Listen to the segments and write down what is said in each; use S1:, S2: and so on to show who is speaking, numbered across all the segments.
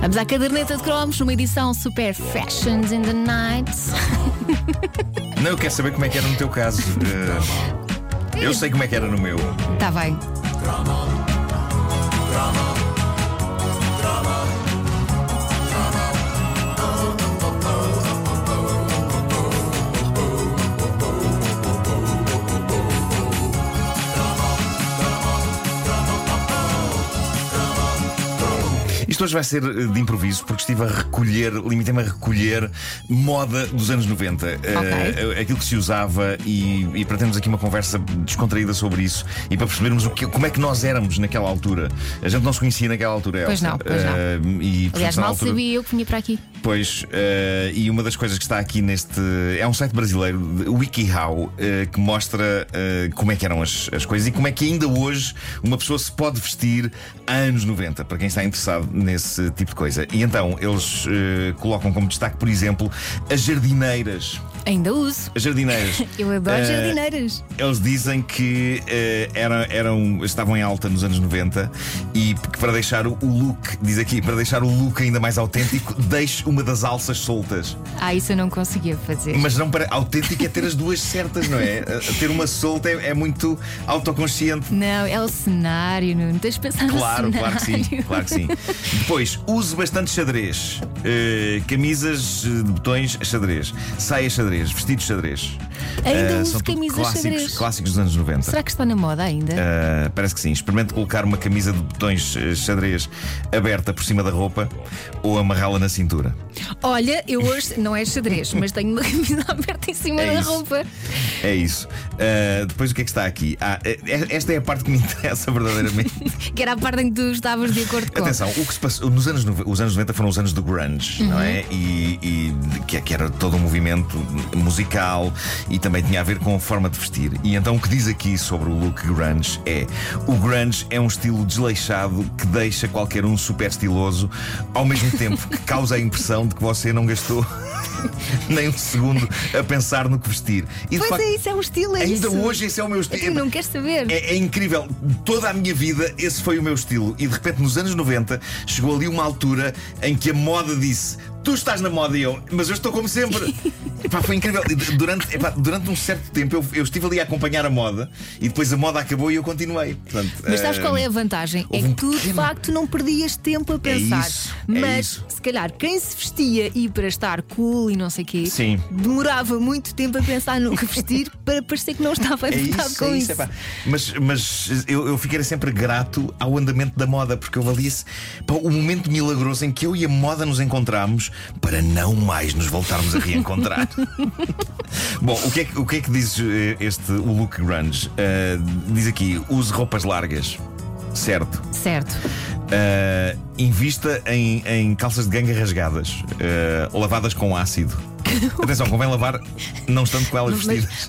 S1: Vamos à caderneta de cromos numa edição super Fashions in the Night.
S2: Não, eu quero saber como é que era no teu caso. Eh, Eu sei como é que era no meu.
S1: Tá bem.
S2: Isto hoje vai ser eh, de improviso, porque estive a recolher, limitei-me a recolher moda dos anos 90. Eh, aquilo que se usava e, e para termos aqui uma conversa descontraída sobre isso e para percebermos o que- como é que nós éramos naquela altura. A gente não se conhecia naquela altura,
S1: Pois
S2: Elsa.
S1: não, pois não.
S2: Eh, e, portanto,
S1: Aliás,
S2: na
S1: mal
S2: altura-
S1: sabia eu que vinha para aqui.
S2: Pois, eh, e uma das coisas que está aqui neste. É um site brasileiro, de- WikiHow, eh, que mostra eh, como é que eram as, as coisas e como é que ainda hoje uma pessoa se pode vestir há anos 90, para quem está interessado nesse tipo de coisa. E então, eles eh, colocam como destaque, por exemplo, as jardineiras.
S1: Ainda uso.
S2: As jardineiras.
S1: Eu adoro
S2: Eh,
S1: jardineiras.
S2: Eles dizem que eh, era- eram, estavam em alta nos anos 90 e que para deixar o look, diz aqui, para deixar o look ainda mais autêntico, deixe uma das alças soltas.
S1: Ah, isso eu não conseguia fazer.
S2: Mas não para. Autêntico é ter as duas certas, não é? A- Ter uma solta é, é muito autoconsciente.
S1: Não, é o cenário, Nuno. Tens de pensar
S2: Claro,
S1: no
S2: claro
S1: cenário.
S2: que sim, claro que sim. Depois, use bastante xadrez. Eh, camisas eh, de botões, xadrez. Saia xadrez, vestido xadrez.
S1: Ainda
S2: Eh,
S1: uso
S2: são tudo
S1: camisas
S2: clássicos,
S1: xadrez.
S2: Clássicos dos anos 90.
S1: Será que está na moda ainda?
S2: Uh, parece que sim. Experimente colocar uma camisa de botões eh, xadrez aberta por cima da roupa ou amarrá-la na cintura.
S1: Olha, eu hoje não é xadrez, mas tenho uma camisa aberta em cima
S2: É
S1: da
S2: isso.
S1: roupa.
S2: É isso. Uh, depois o que é que está aqui? Ah, eh, esta é a parte que me interessa verdadeiramente.
S1: Que era a parte em que tu estavas de acordo com.
S2: Atenção, o que se passou nos anos, nove- os anos 90 foram os anos do grunge,
S1: Uhum.
S2: não é? E, e de- que, que era todo um movimento musical e também tinha a ver com a forma de vestir. E então o que diz aqui sobre o look grunge é: o grunge é um estilo desleixado que deixa qualquer um super estiloso, ao mesmo tempo que causa a impressão de que você não gastou nem um segundo a pensar no que vestir. E de
S1: Pois
S2: facto,
S1: é, isso é um estilo, é
S2: ainda
S1: isso.
S2: hoje esse é o meu
S1: É que
S2: estilo.
S1: não queres saber.
S2: É, é incrível, toda a minha vida esse foi o meu estilo. E de repente, nos anos 90, chegou ali uma altura em que a moda disse: Tu estás na moda e eu, mas eu estou como sempre. Epá, foi incrível. E d- Durante, epá, durante um certo tempo, eu, eu estive ali a acompanhar a moda e depois a moda acabou e eu continuei. Portanto,
S1: Mas sabes
S2: eh,
S1: qual é a vantagem? É
S2: houve
S1: que tu,
S2: um
S1: de
S2: pequeno-
S1: facto, não perdias tempo a pensar.
S2: isso, é
S1: Mas,
S2: isso.
S1: se calhar, quem se vestia e para estar cool e não sei o quê,
S2: Sim.
S1: demorava muito tempo a pensar no que vestir para parecer que não estava
S2: É
S1: adaptado
S2: isso,
S1: com
S2: é
S1: isso.
S2: isso, epá. Mas, mas eu, eu fiquei sempre grato ao andamento da moda, porque eu valia-se o momento milagroso em que eu e a moda nos encontramos para não mais nos voltarmos a reencontrar. Bom, o que é que, o que, é que diz eh, este o look grunge? Eh, diz aqui: use roupas largas. Certo.
S1: Certo.
S2: Eh, invista em, em calças de ganga rasgadas, eh, lavadas com ácido. Atenção, convém lavar não estando com elas vestidas.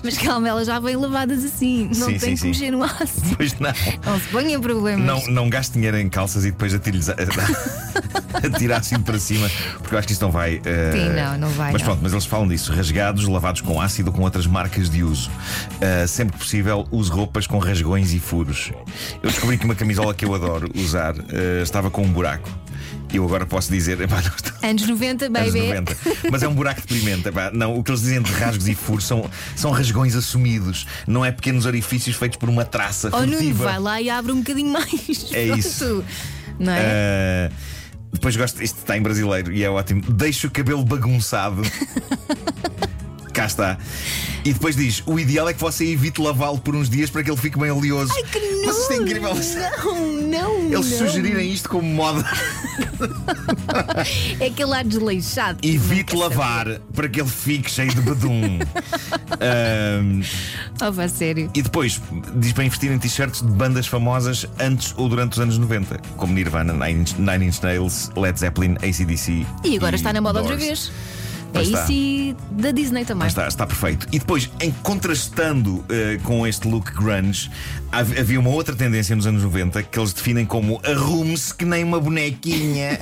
S1: Mas, mas calma, elas já vêm lavadas assim. Não
S2: Sim,
S1: tem
S2: sim,
S1: que
S2: sim.
S1: mexer no aço.
S2: Pois não.
S1: Não se ponham problemas.
S2: Não, não gaste dinheiro em calças e depois atire-lhes a- atira ácido para cima, porque eu acho que isto não vai. eh,
S1: Sim, não, não vai,
S2: Mas
S1: não.
S2: pronto, mas eles falam disso: rasgados, lavados com ácido ou com outras marcas de uso. Eh, sempre que possível, use roupas com rasgões e furos. Eu descobri que uma camisola que eu adoro usar eh, estava com um buraco. Eu agora posso dizer, epá, não está.
S1: Anos 90, baby.
S2: Anos 90. Mas é um buraco deprimente. epá. Não, o que eles dizem de rasgos e furos são, são rasgões assumidos, não é pequenos orifícios feitos por uma traça.
S1: Oh, Nuno,
S2: furtiva.
S1: vai lá e abre um bocadinho mais.
S2: É
S1: Pronto.
S2: isso.
S1: Não é?
S2: Uh, depois gosto, isto está em brasileiro e é ótimo. Deixa o cabelo bagunçado. Cá está. E depois diz: o ideal é que você evite lavá-lo por uns dias para que ele fique bem oleoso.
S1: Ai, que nuno!
S2: Mas isto é incrível.
S1: Não, não.
S2: Eles
S1: não.
S2: sugerirem isto como moda.
S1: É aquele ar desleixado.
S2: Evite
S1: Não quer
S2: lavar para que ele fique cheio de bedum. Ahm,
S1: saber. Oh, vá, sério.
S2: e depois diz para investir em t-shirts de bandas famosas antes ou durante os anos 90, como Nirvana, Nine Inch, Nine Inch Nails, Led Zeppelin, ACDC.
S1: E agora está na moda outra
S2: Doors.
S1: vez. É
S2: Pois
S1: isso
S2: está.
S1: e da Disney também.
S2: Está, está perfeito. E depois, em contrastando eh, com este look grunge, hav- havia uma outra tendência nos anos 90 que eles definem como arrume-se que nem uma bonequinha.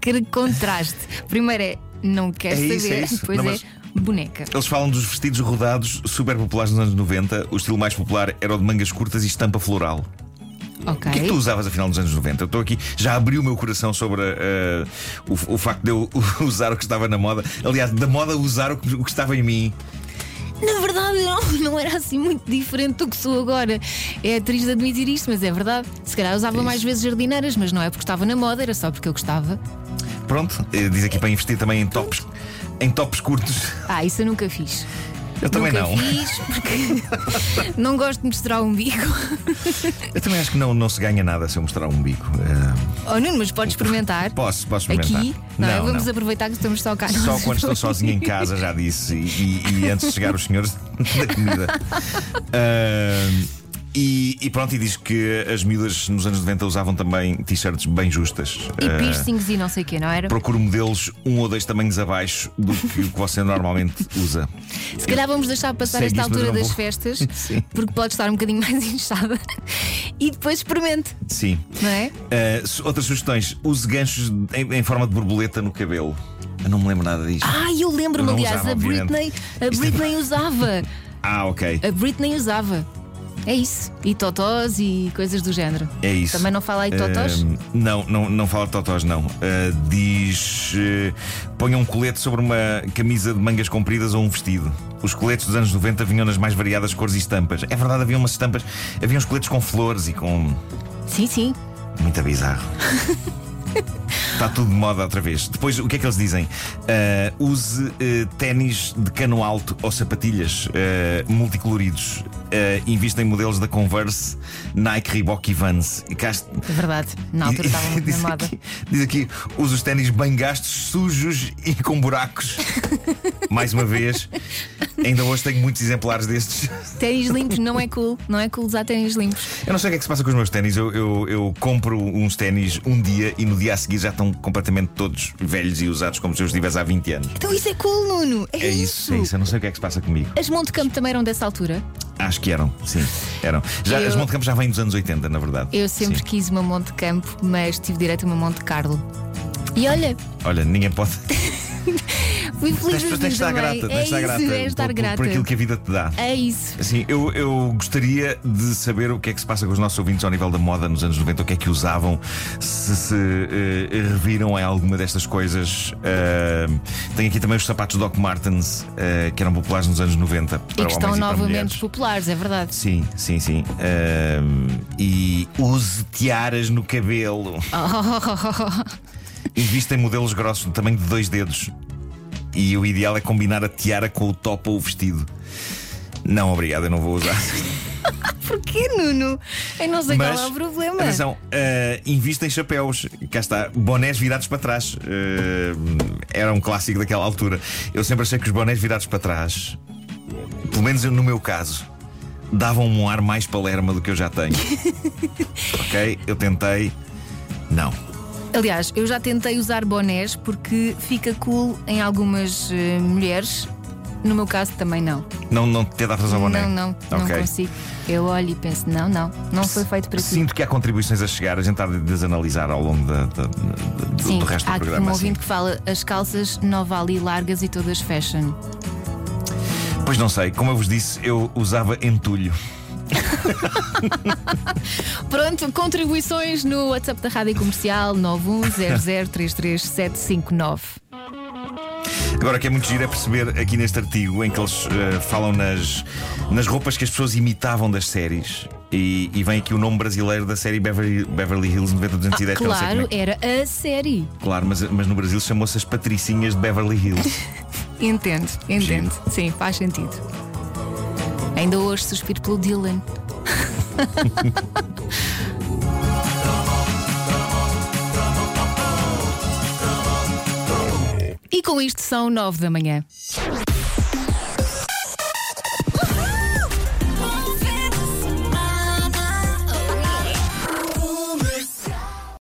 S1: Que contraste. Primeiro é não quer
S2: É
S1: saber,
S2: isso, é isso.
S1: depois
S2: Não,
S1: é
S2: mas-
S1: boneca.
S2: eles falam dos vestidos rodados super populares nos anos 90. O estilo mais popular era o de mangas curtas e estampa floral.
S1: Ok.
S2: O que é que tu usavas afinal nos anos 90? Eu estou aqui, já abri o meu coração sobre eh, o, o facto de eu usar o que estava na moda. Aliás, da moda usar o que, o que estava em mim.
S1: Na verdade, não, não era assim muito diferente do que sou agora. É triste admitir isto, mas é verdade. Se calhar usava
S2: É isso.
S1: mais vezes jardineiras, mas não é porque estava na moda, era só porque eu gostava.
S2: Pronto, eh, diz aqui para investir também em tops, em tops curtos.
S1: Ah, isso eu nunca fiz.
S2: Eu também
S1: nunca
S2: não.
S1: fiz porque não gosto de mostrar o umbigo.
S2: Eu também acho que não, não se ganha nada se eu mostrar um bico. Eh,
S1: Oh, Nuno, mas podes experimentar.
S2: posso, posso experimentar.
S1: Aqui, não, é?
S2: Não,
S1: vamos
S2: não.
S1: aproveitar que estamos só cá.
S2: Só
S1: nós
S2: quando estou
S1: dois.
S2: sozinho em casa, já disse, e, e- e antes de chegar os senhores da comida. Ahm, e, e pronto, e diz que as miúdas nos anos 90 usavam também t-shirts bem justas.
S1: E
S2: Ah,
S1: piercings e não sei o que, não era?
S2: procuro modelos um ou dois tamanhos abaixo do que o que você normalmente usa.
S1: Se calhar vamos deixar passar
S2: Segue
S1: esta
S2: isto, mas eu
S1: altura
S2: não
S1: das
S2: vou.
S1: festas,
S2: Sim.
S1: porque pode estar um bocadinho mais inchada. E depois experimente,
S2: Sim.
S1: não é?
S2: Ah, su- outras sugestões: use ganchos em, em forma de borboleta no cabelo. Eu não me lembro nada disto.
S1: Ah, eu lembro-me,
S2: Eu não
S1: aliás,
S2: usava,
S1: a Britney,
S2: obviamente.
S1: a
S2: Isto é-
S1: Britney usava.
S2: Ah, ok.
S1: A Britney usava. É isso. E totós e coisas do género.
S2: É isso.
S1: Também não fala aí de totós?
S2: Ahm, Ehm, não, não, não fala de totós, não. Ah, diz. eh, ponha um colete sobre uma camisa de mangas compridas ou um vestido. Os coletes dos anos 90 vinham nas mais variadas cores e estampas. É verdade, havia umas estampas. Havia uns coletes com flores e com.
S1: Sim, sim.
S2: Muito bizarro. Está tudo de moda outra vez. Depois, o que é que eles dizem? Ah, use eh, ténis de cano alto ou sapatilhas eh, multicoloridos. Ah, invista em modelos da Converse, Nike, Reebok e Vans. E cá est-
S1: É verdade. Na altura
S2: e-
S1: estava muito na
S2: diz
S1: moda.
S2: aqui, diz aqui, usa os ténis bem gastos, sujos e com buracos. Mais uma vez, ainda hoje tenho muitos exemplares destes.
S1: Ténis limpos não é cool. Não é cool usar ténis limpos.
S2: Eu não sei o que é que se passa com os meus ténis. Eu, eu- eu compro uns ténis um dia e no dia a seguir já estão completamente todos velhos e usados como se eu os tivesse há 20 anos.
S1: Então isso é cool, Nuno. É,
S2: É isso, é isso. Eu não sei o que é que se passa comigo.
S1: As Montecampo também eram dessa altura.
S2: Acho que eram, sim, eram. Já,
S1: Eu-
S2: As Monte Campo já vêm dos anos 80, na verdade.
S1: Eu sempre
S2: Sim.
S1: quis uma Monte Campo, mas tive direito a uma Monte Carlo. E olha,
S2: Olha, ninguém pode.
S1: fui feliz
S2: Tens, tens
S1: assim
S2: de estar
S1: também.
S2: grata, tens
S1: é
S2: de estar
S1: isso,
S2: grata,
S1: é estar
S2: por- por-
S1: grata.
S2: por aquilo que a vida te dá.
S1: É isso.
S2: Assim, eu, eu gostaria de saber o que é que se passa com os nossos ouvintes ao nível da moda nos anos 90, o que é que usavam, se se eh, reviram em alguma destas coisas. Ah, tenho aqui também os sapatos Doc Martens, eh, que eram populares nos anos 90.
S1: E
S2: para
S1: que estão
S2: homens e para
S1: novamente
S2: mulheres.
S1: populares, é verdade.
S2: Sim, sim, sim. Ah, e use tiaras no cabelo.
S1: Ah.
S2: Invista em modelos grossos do tamanho de dois dedos. E o ideal é combinar a tiara com o top ou o vestido. Não, obrigado, eu não vou usar.
S1: Porquê, Nuno? Eu não sei qual é o problema.
S2: Atenção, eh, invista em chapéus. Cá está, bonés virados para trás. Eh, era um clássico daquela altura. Eu sempre achei que os bonés virados para trás, pelo menos no meu caso, davam um ar mais palerma do que eu já tenho. ok? Eu tentei. Não.
S1: Aliás, eu já tentei usar bonés porque fica cool em algumas eh, mulheres. No meu caso também não.
S2: Não, não te davas ao boné.
S1: Não, não,
S2: Ok.
S1: não consigo. Eu olho e penso, não, não, não foi feito para ti.
S2: Sinto que há contribuições a chegar, a gente está a desanalisar ao longo da- da- da- do,
S1: Sim,
S2: do resto
S1: há
S2: do
S1: aqui
S2: programa.
S1: um
S2: assim.
S1: ouvinte que fala as calças nova ali largas e todas fashion.
S2: Pois não sei, como eu vos disse, eu usava entulho.
S1: Pronto, contribuições no WhatsApp da Rádio Comercial 910033759.
S2: Agora, o que é muito giro é perceber aqui neste artigo em que eles eh, falam nas, nas roupas que as pessoas imitavam das séries. E, e vem aqui o nome brasileiro da série Beverly, Beverly Hills 90210. que eu não
S1: Ah,
S2: sei
S1: Claro,
S2: como é
S1: era a série.
S2: que- claro mas, mas no Brasil chamou-se as Patricinhas de Beverly Hills.
S1: Entendo, entendo. Sim, faz sentido. Ainda hoje suspiro pelo Dylan. E com isto são nove da manhã.